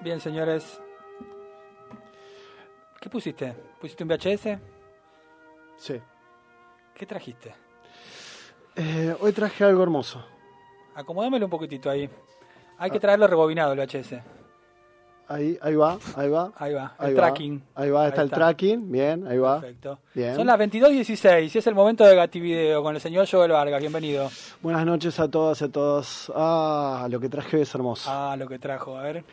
Bien, señores. ¿Qué pusiste? ¿Pusiste un VHS? Sí. ¿Qué trajiste? Eh, hoy traje algo hermoso. Acomodámelo un poquitito ahí. Hay Ah. que traerlo rebobinado el VHS. Ahí, ahí va, ahí va. Ahí va, ahí el va, tracking. Ahí va, está Ahí el está. tracking. Bien, ahí va. Perfecto. Bien. Son las 22.16 y es el momento de Gativideo con el señor Joel Vargas. Bienvenido. Buenas noches a todas y a todos. Ah, lo que traje hoy es hermoso. Ah, lo que trajo. A ver.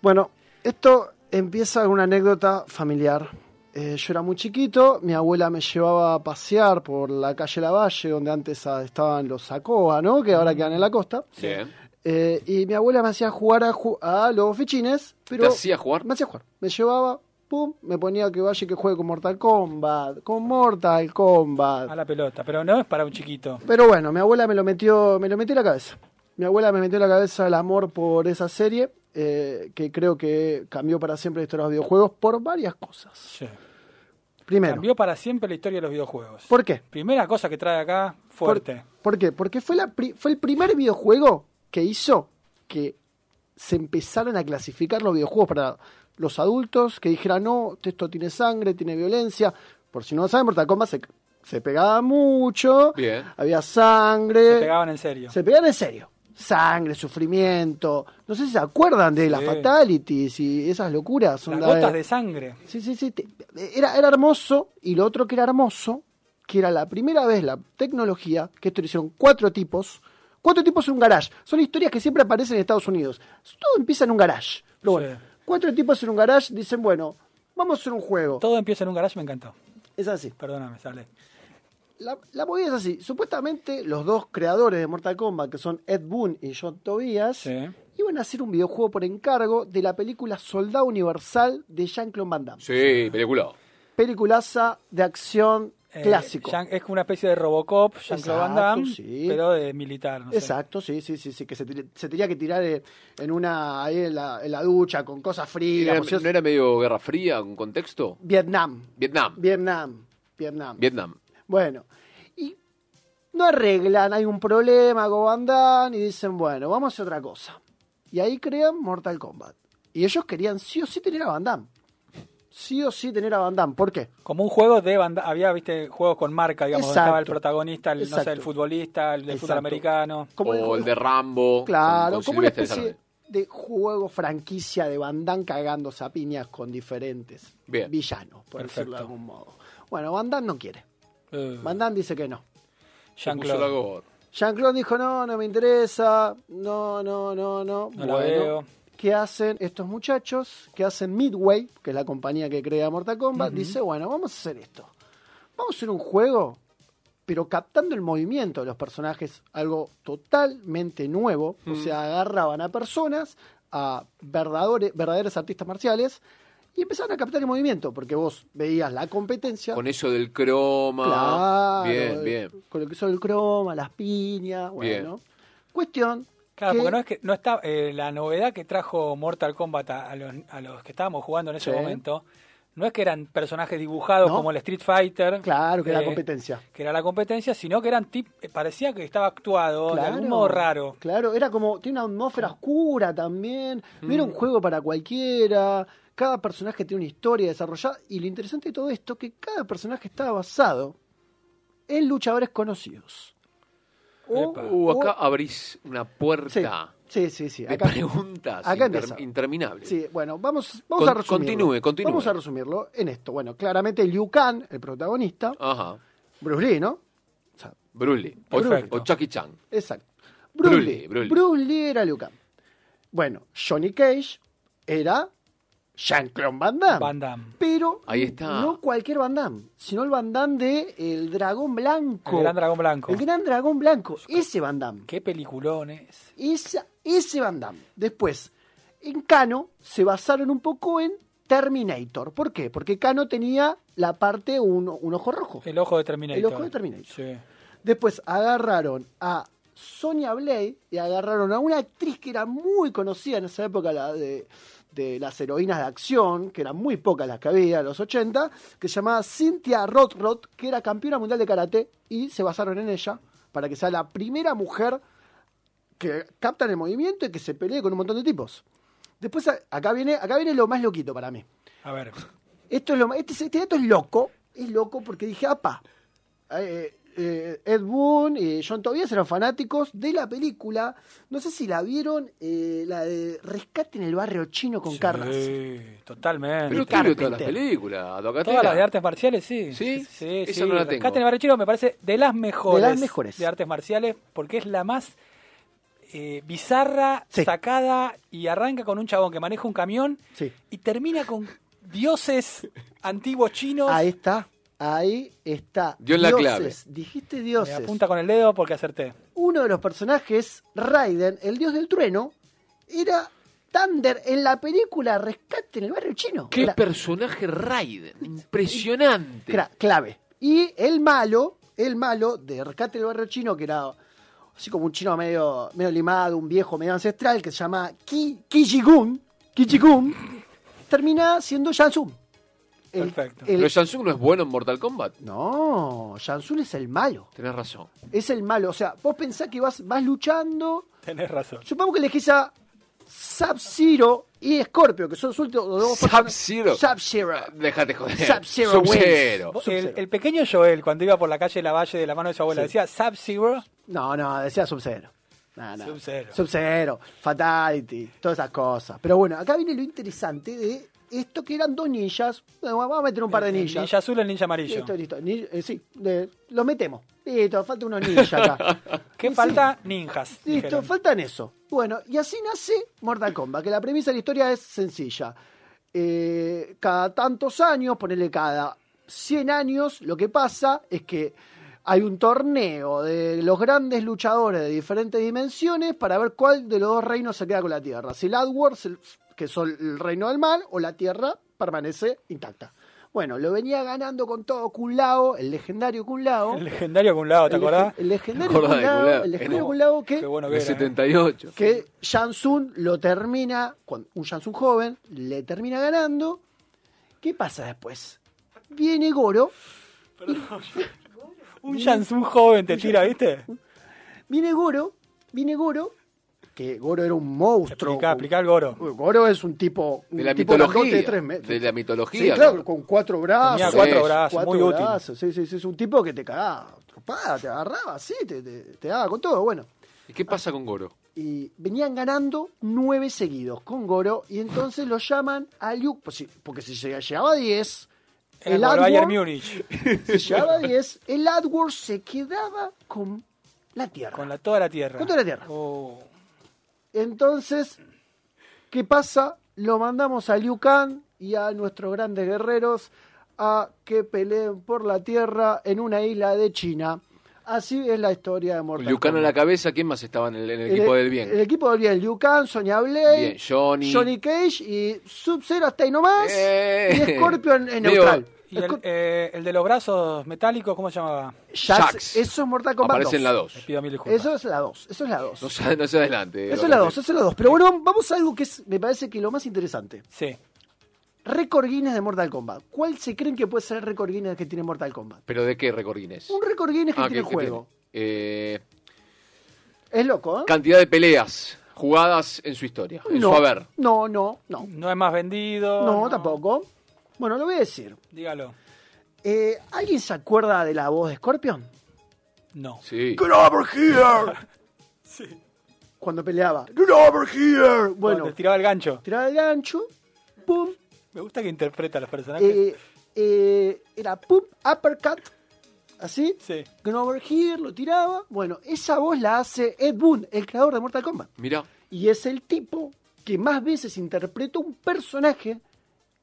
Bueno, esto empieza con una anécdota familiar. Eh, yo era muy chiquito, mi abuela me llevaba a pasear por la calle Lavalle, donde antes ah, estaban los Sacoa, ¿no? Que Mm. ahora quedan en la costa. Bien. Eh, y mi abuela me hacía jugar a, ju- a los fichines, pero... ¿Te hacía jugar? Me hacía jugar. Me llevaba, pum, me ponía que vaya y que juegue con Mortal Kombat, con Mortal Kombat. A la pelota. Pero no es para un chiquito. Pero bueno, mi abuela me lo metió, me lo metió en la cabeza. Mi abuela me metió en la cabeza el amor por esa serie, eh, que creo que cambió para siempre la historia de los videojuegos por varias cosas. Sí. Primero, Cambió para siempre la historia de los videojuegos. ¿por qué? Primera cosa que trae acá, Por- fuerte. ¿Por qué? Porque fue, la pri- fue el primer videojuego que hizo que se empezaran a clasificar los videojuegos para los adultos, que dijeran, no, esto tiene sangre, tiene violencia. Por si no lo saben, Mortal Kombat se, se pegaba mucho, Bien. había sangre. Se pegaban en serio. Se pegaban en serio. Sangre, sufrimiento. No sé si se acuerdan de las Sí. fatalities y esas locuras. Las onda gotas de- de sangre. Sí, sí, sí. te- Era, era hermoso. Y lo otro que era hermoso, que era la primera vez la tecnología, que esto lo hicieron cuatro tipos. Cuatro tipos en un garage. Son historias que siempre aparecen en Estados Unidos. Todo empieza en un garage. Pero bueno, Sí. cuatro tipos en un garage dicen, bueno, vamos a hacer un juego. Todo empieza en un garage, me encantó. Es así. Perdóname, sale. La, la movida es así. Supuestamente los dos creadores de Mortal Kombat, que son Ed Boon y John Tobias, Sí. iban a hacer un videojuego por encargo de la película Soldado Universal de Jean-Claude Van Damme. Sí, película. Peliculaza de acción Eh, clásico. Jean- es como una especie de Robocop, Jean-Claude Van Exacto, Damme, sí. pero de militar. No sé. Exacto, sí, sí, sí, sí, que se, tire- se tenía que tirar eh, en una ahí en la, en la ducha con cosas frías. Era- por si es- ¿No era medio Guerra Fría, un contexto? Vietnam, Vietnam. Vietnam, Vietnam. Vietnam. Bueno, y no arreglan, hay un problema con Van Damme, y dicen, bueno, vamos a hacer otra cosa. Y ahí crean Mortal Kombat. Y ellos querían sí o sí tener a Van Damme. Sí o sí tener a Van Damme. ¿Por qué? Como un juego de banda. Había, viste, juegos con marca, digamos. donde Estaba el Exacto. protagonista, el, no sé, Exacto. el futbolista, el del fútbol Exacto. americano. Como o el- el de Rambo. Claro, con- con como una Sylvester especie Stallone. de juego franquicia de Van Damme cagando zapiñas con diferentes Bien. villanos, por decirlo de Perfecto. algún modo. Bueno, Van Damme no quiere. Eh, Mm. Van Damme dice que no. Se puso la Jean-Claude. gorra. Jean-Claude dijo, no, no me interesa, no, no, no, no. No la veo. ¿Qué hacen estos muchachos? ¿Qué hacen Midway, que es la compañía que crea Mortal Kombat? Dice, bueno, vamos a hacer esto. Vamos a hacer un juego, pero captando el movimiento de los personajes, algo totalmente nuevo. O sea, agarraban a personas, a verdaderos, verdaderos artistas marciales, y empezaron a captar el movimiento, porque vos veías la competencia. Con eso del croma. Claro, Bien, bien. Con lo que son el croma, las piñas, bueno. Cuestión. Claro, que- porque no es que no está eh, la novedad que trajo Mortal Kombat a, a los, a los que estábamos jugando en ese Sí. momento, no es que eran personajes dibujados No. como el Street Fighter, Claro, que era eh, competencia. que era la competencia, sino que eran tip, eh, parecía que estaba actuado de Claro. algún modo raro. Claro, era como, tiene una atmósfera oscura también, no Mm. era un juego para cualquiera, cada personaje tiene una historia desarrollada, y lo interesante de todo esto es que cada personaje estaba basado en luchadores conocidos. O- Epa. Uh, o- acá abrís una puerta sí, sí, sí, de acá- preguntas acá inter- empieza. interminables. Sí, bueno, vamos, vamos Con- a resumirlo. continúe, continúe. Vamos a resumirlo en esto. Bueno, claramente Liu Kang, el protagonista, Ajá. Bruce Lee, ¿no? O sea, Brulli. O, Perfecto. o Chucky Chan. Exacto. Bruce, Bruce Lee. Lee, Bruce Lee. Bruce Lee era Liu Kang. Bueno, Johnny Cage era Jean-Claude Van Damme. Van Damme. Pero Ahí está. no cualquier Van Damme, sino el Van Damme de El Dragón Blanco. El Gran Dragón Blanco. El Gran Dragón Blanco. Ese Van Damme. Qué peliculones. Esa- ese Van Damme. Después, en Cano se basaron un poco en Terminator. ¿Por qué? Porque Cano tenía la parte, un, un ojo rojo. El ojo de Terminator. El ojo de Terminator. Sí. Después agarraron a Sonia Blade y agarraron a una actriz que era muy conocida en esa época, la de, de las heroínas de acción, que eran muy pocas las que había en los 80, que se llamaba Cynthia Rothrock, que era campeona mundial de karate, y se basaron en ella para que sea la primera mujer que captan el movimiento y que se pelee con un montón de tipos. Después a- acá viene, acá viene lo más loquito para mí. A ver. Esto es lo más- este, este dato es loco, es loco porque dije, apa, eh, eh, Ed Boon y John Tobias eran fanáticos de la película, no sé si la vieron, eh, la de Rescate en el barrio chino con Sí, Carras. totalmente. Pero claro, tuve todas las Carpenter. películas, Docatela. Todas las de artes marciales, sí. ¿Sí? sí. Esa sí. no la Rescate tengo. en el Barrio Chino me parece de las mejores. De las mejores. de artes marciales, porque es la más eh, bizarra, Sí. sacada y arranca con un chabón que maneja un camión Sí. y termina con dioses antiguos chinos. Ahí está, ahí está. Dio la Dioses, clave. Dijiste Me dioses. apunta con el dedo porque acerté. Uno de los personajes, Raiden, el dios del trueno, era Thunder en la película Rescate en el barrio chino. Qué Era- personaje Raiden. Impresionante. Cra- clave. Y el malo, el malo de Rescate del Barrio Chino, que era así como un chino medio, medio limado, un viejo medio ancestral, que se llama Ki, Kijigun, Kijigun, termina siendo Shansung. Perfecto. Pero Samsung no es bueno en Mortal Kombat. no, Shansung es el malo. Tenés razón. Es el malo. O sea, vos pensás que vas, vas luchando. Tenés razón. Supongo que elegís a Sub-Zero y Scorpio, que son sus últimos dos personas- Sub-Zero. Sub-Zero. Déjate joder. Sub-Zero Sub-Zero. wins. El, Sub-Zero. el pequeño Joel, cuando iba por la calle de la Valle de la mano de su abuela, Sí. decía Sub-Zero. No, no, decía Sub-Zero. No, no. Sub-Zero. Sub-Zero, Fatality, todas esas cosas. Pero bueno, acá viene lo interesante de esto que eran dos ninjas. Bueno, vamos a meter un par de El- el ninjas. Ninja azul Eh, y el ninja amarillo. Listo, listo. Ni- eh, sí, de- los metemos. Listo, falta unos ninjas acá. ¿Qué falta? Ninjas. Listo, dijeron. faltan eso. Bueno, y así nace Mortal Kombat, que la premisa de la historia es sencilla. Eh, cada tantos años, ponele cada 100 años, lo que pasa es que hay un torneo de los grandes luchadores de diferentes dimensiones para ver cuál de los dos reinos se queda con la Tierra. Si el AdWords, el- que son el reino del mal, o la Tierra permanece intacta. Bueno, lo venía ganando con todo Kun Lao, el legendario Kun Lao. El legendario con un lado, ¿te El acordás? lege- El legendario Me acordaba Kun de Kun Lao, Lao. el legendario Era- Kun Lao que Qué bueno que De era, ¿eh? 78. que Jansun lo termina, cuando- un Jansun joven, le termina ganando. ¿Qué pasa después? Viene Goro, Un Jansun joven te tira, ¿viste? viene Goro, viene Goro, que Goro era un monstruo. Explicá, con- explicá el goro. Goro es un tipo. un De la tipo grandote mitología. de tres metros. De la mitología. Sí, claro, con cuatro brazos. Tenía cuatro Sí, brazos, cuatro muy útil. brazos, Sí, sí, sí, es un tipo que te cagaba, tropada, te agarraba, sí, te, te, te daba con todo. Bueno, ¿Y qué pasa con Goro? y venían ganando nueve seguidos con Goro y entonces lo llaman a Liu, pues sí, porque si llega- llegaba a 10, Era el como el Bayern AdWords, Múnich. si llegaba a 10, el AdWords se quedaba con la Tierra. Con la, toda la tierra. Con toda la tierra. Oh. Entonces, ¿qué pasa? Lo mandamos a Liu Kang y a nuestros grandes guerreros a que peleen por la Tierra en una isla de China. Así es la historia de Con Mortal Yucano en Kombat. la cabeza, ¿quién más estaba en el, en Eh, el equipo del bien? El equipo del bien. Liu Kang, Sonya Blade. Bien, Johnny. Cage y Sub-Zero hasta ahí nomás. Eh. Y Scorpio en, en Digo, neutral. Y el, Scor- eh, el de los brazos metálicos, ¿cómo se llamaba? Jax, Jax. Eso es Mortal Kombat Aparece en la 2. 2. Les pido mil disculpas. Eso es la 2. Eso es la 2. No se, no se adelante. eso es la 2. Eso es la 2. Pero bueno, vamos a algo que es- me parece que lo más interesante. Sí. Récord Guinness de Mortal Kombat. ¿Cuál se creen que puede ser el récord Guinness que tiene Mortal Kombat? ¿Pero de qué récord Guinness? Un récord Guinness que Ah, tiene el ¿qué- qué juego. tiene? Eh, Es loco, ¿eh? cantidad de peleas jugadas en su historia, en no, su haber. no, no, no. No es más vendido. No, tampoco. Bueno, lo voy a decir. Dígalo. Eh, ¿Alguien se acuerda de la voz de Scorpion? No. Sí. Get over here. Cuando peleaba. Get over here. Bueno. Bueno, Te tiraba el gancho. tiraba el gancho. Pum. Me gusta que interpreta a los personajes. eh, eh, era pum, uppercut. Así. Sí. Get over here. Lo tiraba. Bueno, esa voz la hace Ed Boon, el creador de Mortal Kombat. Mirá, Y es el tipo que más veces interpretó un personaje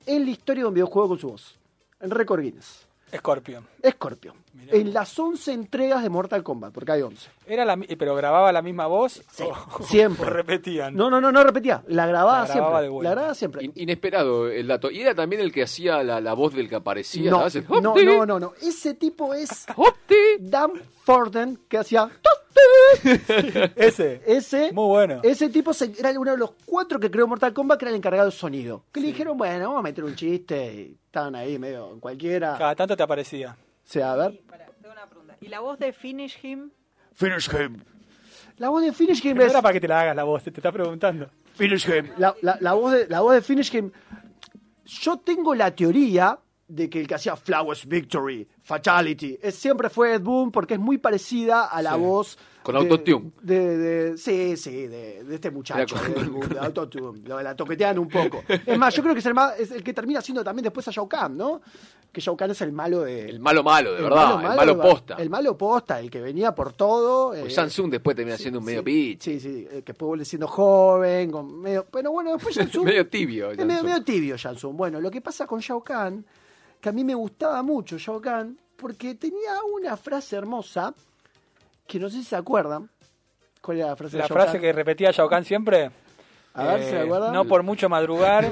en la historia de un videojuego con su voz. En Record Guinness. Scorpion. Scorpion. Mirá. En las 11 entregas de Mortal Kombat, porque hay 11. Era la, mi- pero grababa la misma voz. o- siempre. o repetían. No, no, no, no repetía. La grababa, La grababa siempre. de vuelta. La grababa siempre. in- inesperado el dato. Y era también el que hacía la, la voz del que aparecía. no, ¿la haces? no, ¡Hopti! no, no, no. Ese tipo es ¡Hopti! Dan Forden que hacía. Ese. Ese. Muy bueno. Ese tipo se- era uno de los cuatro que creó Mortal Kombat, que era el encargado del sonido. Que le dijeron, bueno, vamos a meter un chiste. Y estaban ahí medio en cualquiera. Cada tanto te aparecía. O sea, a ver. Pará, tengo una pregunta. ¿Y la voz de Finish Him? La voz de Finish Game No es. era para que te la hagas la voz, te, te está preguntando. Finish him. La, la- la voz de, la voz de Finish him. Yo tengo la teoría de que el que hacía Flowers Victory, Fatality, es- siempre fue Ed Boon porque es muy parecida a la Sí. voz. Con de- autotune. De, de- sí, sí, de, de este muchacho. Era con- de Ed Boon, de autotune. Lo- la toquetean un poco. Es más, yo creo que es el, más, es el que termina siendo también después a Shao Kahn, ¿no? Que Shao Kahn es el malo de. El malo malo, de el verdad. el malo de- posta. El malo posta, el que venía por todo. eh, Pues Samsung después termina siendo un medio pitch. Sí, sí, eh, que puede volver siendo joven, con medio, pero bueno, después Jansun... medio tibio. es medio, Samsung. medio tibio Jansun. Bueno, lo que pasa con Shao Kahn, que a mí me gustaba mucho Shao Kahn, porque tenía una frase hermosa, que no sé si se acuerdan. ¿Cuál era la frase de La Shao frase Kahn? que repetía Shao Kahn siempre. A ver, ¿se eh, acuerdan? No por mucho madrugar.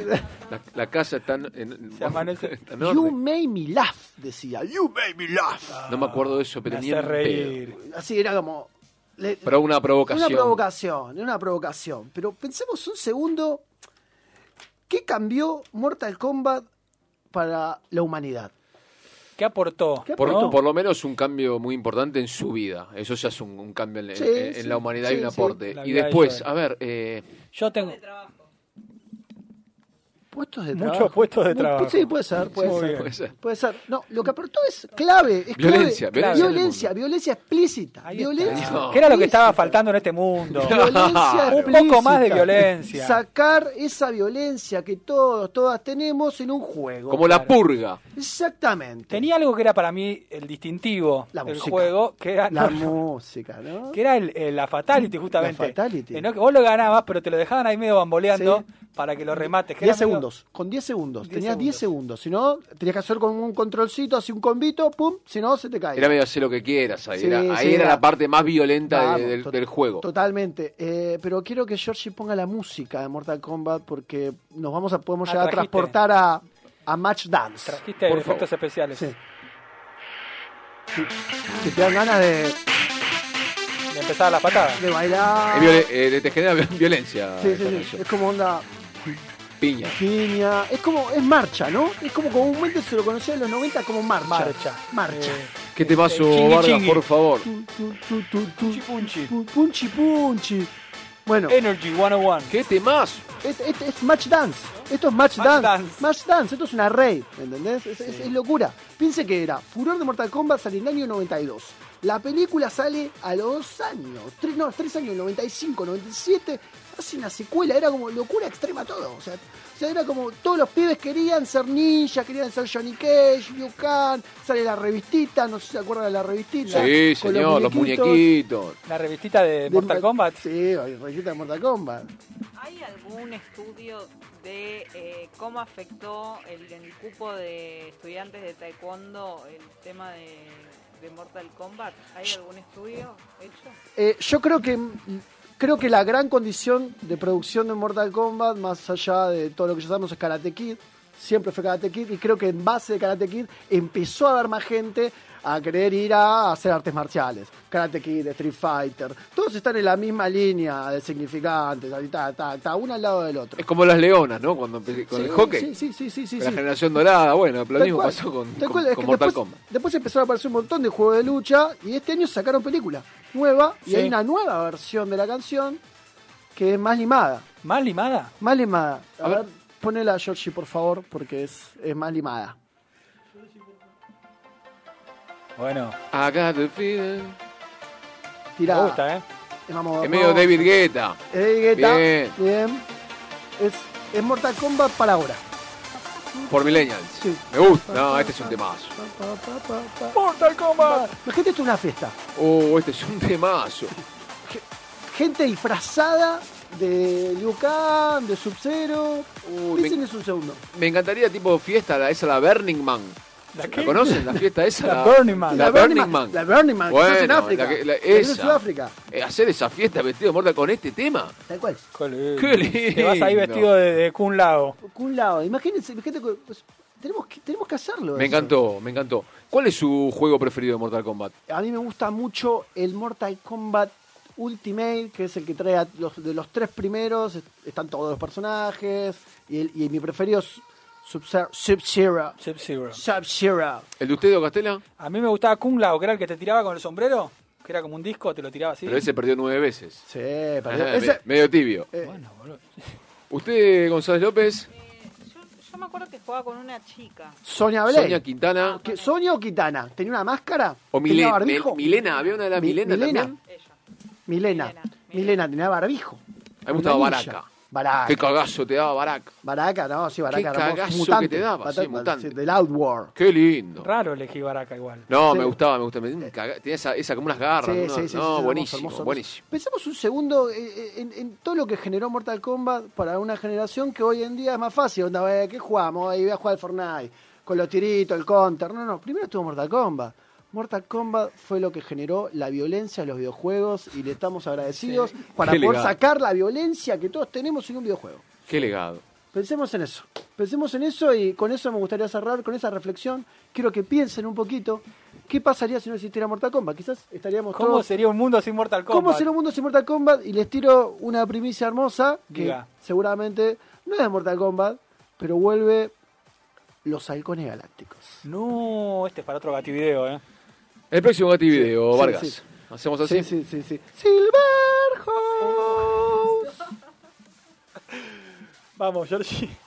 La, la casa está en, en- Se amanece. está en You orden. made me laugh, decía. You made me laugh. No me acuerdo de eso, pero me ni hace en pedo. reír. Así era como... le- Pero una provocación. Una provocación, una provocación. Pero pensemos un segundo, ¿qué cambió Mortal Kombat para la humanidad? ¿Qué aportó? ¿Qué Por, no? por lo menos un cambio muy importante en su vida. Eso ya es un, un cambio en, Sí, en- sí, en la humanidad sí, y un sí. aporte. La Y vida de después, Joel. a ver, eh, Yo tengo. Puestos de Muchos trabajo. puestos de Mu- trabajo. Sí, puede ser, puede Sí, muy ser. bien. puede ser. Puede ser. No, lo que aportó es clave. Es clave. Violencia, violencia en el Violencia, mundo. violencia explícita. Ahí Violencia. está. ¿Qué era lo que estaba faltando en este mundo? Violencia Un poco más de explícita. violencia. Sacar esa violencia que todos, todas tenemos en un juego. Como la purga. Exactamente. Tenía algo que era para mí el distintivo La del música. juego, que era, la no, no, música, ¿no? que era el- el- la Fatality, justamente. La Fatality. Eh, no, que vos lo ganabas, pero te lo dejaban ahí medio bamboleando Sí. para que lo remates. que 10 era medio- segundos, con 10 segundos. 10 Tenías 10 segundos. Si no, tenías que hacer con un controlcito, así un convito, pum, si no, se te cae. Era medio hacer lo que quieras. Ahí, Sí, era, ahí sí, era era- la parte más violenta de- Vamos, del, to- del juego. Totalmente. Eh, pero quiero que Georgie ponga la música de Mortal Kombat porque nos vamos a podemos Ah, llegar a trajiste. transportar a, a Match Dance. Trajiste Por efectos especiales Sí. Que- Que te dan ganas de, de empezar la patada. de bailar. Es viol- eh, te genera violencia. Sí, sí, esa sí. canción. Es como onda Piña. piña. Es como, es marcha, ¿no? Es como comúnmente se lo conocía en los 90 como marcha. Marcha. Marcha. Eh, ¿Qué te pasó, el chingui, Vargas, chingui. por favor? Tu, tu, tu, tu, tu. Punchi, punchi. Pu- Punchi punchi. Bueno, Energy 101. ¿Qué te más? es, es- es match dance. Esto es match, Match dance. dance. Match dance. Esto es una rave, ¿entendés? Es, es- es locura. Piense que era. Furor de Mortal Kombat sale en el año 92. La película sale a los dos años. Tres, no, tres años, 95, 97. Hace una secuela. Era como locura extrema todo. O sea, o sea, era como todos los pibes querían ser ninjas, querían ser Johnny Cage, Liu Kang. Sale la revistita. No sé si se acuerdan de la revistita. Sí, con señor, los muñequitos. La revistita de Mortal Kombat. Sí, revistita de Mortal Kombat. ¿Hay algún estudio de eh, cómo afectó el, el cupo de estudiantes de taekwondo el tema de, de Mortal Kombat? ¿Hay algún estudio hecho? Eh, yo creo que creo que la gran condición de producción de Mortal Kombat, más allá de todo lo que ya sabemos, es Karate Kid. Siempre fue Karate Kid y creo que en base de Karate Kid empezó a haber más gente a querer ir a hacer artes marciales. Karate Kid, Street Fighter, todos están en la misma línea de significantes, ahí está, está, está, uno al lado del otro. Es como las leonas, ¿no? Cuando empecé con Sí, el hockey. Sí, sí, sí, sí, sí, Con la sí. generación dorada, bueno, lo Tal mismo cual, pasó con, tal con- cual, es con que Mortal después, Kombat. Después empezaron a aparecer un montón de juegos de lucha y este año sacaron película nueva y Sí. hay una nueva versión de la canción que es más limada. ¿Más limada? Más limada. A, A ver, ver. ponela Georgie, por favor, porque es, es más limada. Bueno, I got the feeling. Tirada. me gusta, ¿eh? Es, vamos, Es medio vamos. David Guetta. Es David Guetta. Bien. Bien. Es, es Mortal Kombat para ahora. Por Millennials. Sí. Me gusta. No, este es un temazo. Pa, pa, pa, pa, pa. ¡Mortal Kombat! Gente, esto es una fiesta. Oh, este es un temazo. Gente disfrazada de Liu Kang, de Sub-Zero. Uy, Piensen me- eso un segundo. Me encantaría tipo fiesta, la, esa la Burning Man. ¿La ¿La qué? conocen? La fiesta esa. La Burning Man. La, Burning Man. La Burning Man, que se hace en Bueno, África. la que- la- que se hace en esa. Sudáfrica. Eh, hacer esa fiesta vestido de Mortal con este tema. Tal cual. Qué lindo. Qué lindo. Te vas ahí vestido de, de Kun Lao. Por un lado. Imagínense, imagínate, que, pues, tenemos, que, tenemos que hacerlo. Me eso. encantó, me encantó. ¿Cuál es su juego preferido de Mortal Kombat? A mí me gusta mucho el Mortal Kombat Ultimate, que es el que trae a los, de los tres primeros, est- están todos los personajes. Y, el- y mi preferido es Sub-Zero. Sub-Zero. Sub-Zero. Sub-Zero. ¿El de usted, Don Castela? A mí me gustaba Kun Lao, que era el que te tiraba con el sombrero. que era como un disco, te lo tiraba así. Pero él se perdió nueve veces. Sí, perdió. Ajá, Ese- me- Medio tibio. eh, Bueno, boludo. Usted, González López, Eh, yo, yo me acuerdo que jugaba con una chica. Sonia Blay. Sonia Quintana Que- ¿Sonia o Quitana? ¿Tenía una máscara? o Ah, ¿Tenía Milena. barbijo? Milena, había una de las Mi- Milena, Milena. también. Ella. Milena. Milena, Milena. Milena. tenía barbijo. A mí me gustaba Una Baraca. ninja. Baraca. Qué cagazo te daba Barac. Baraca, no, sí, Baraca Qué era hermoso. cagazo mutante. que te daba, sí, Batata- mutante. Del Outward. Qué lindo. Raro elegí Baraca igual. No, Sí. me gustaba, me gustaba. Me tenía un caga- Tenía esa, esa como unas garras. Sí, ¿no? sí, sí, sí, no, hermoso, buenísimo, hermoso, hermoso. buenísimo. Pensemos un segundo eh, en, en todo lo que generó Mortal Kombat para una generación que hoy en día es más fácil. Onda, eh, ¿Qué jugamos? Ahí voy a jugar al Fortnite, con los tiritos, el counter. No, no, primero estuvo Mortal Kombat. Mortal Kombat fue lo que generó la violencia en los videojuegos y le estamos agradecidos para Qué poder legado. sacar la violencia que todos tenemos en un videojuego. Qué legado. Pensemos en eso. Pensemos en eso y con eso me gustaría cerrar, con esa reflexión. Quiero que piensen un poquito. ¿Qué pasaría si no existiera Mortal Kombat? Quizás estaríamos ¿Cómo todos... sería un mundo sin Mortal Kombat? ¿Cómo será un mundo sin Mortal Kombat? Y les tiro una primicia hermosa que Diga. seguramente no es de Mortal Kombat, pero vuelve los halcones galácticos. No, este es para otro gativideo, ¿eh? El próximo Gati Video, sí, Vargas. sí. Hacemos así. Sí, sí, sí, sí. Silverhouse. Vamos, Georgie.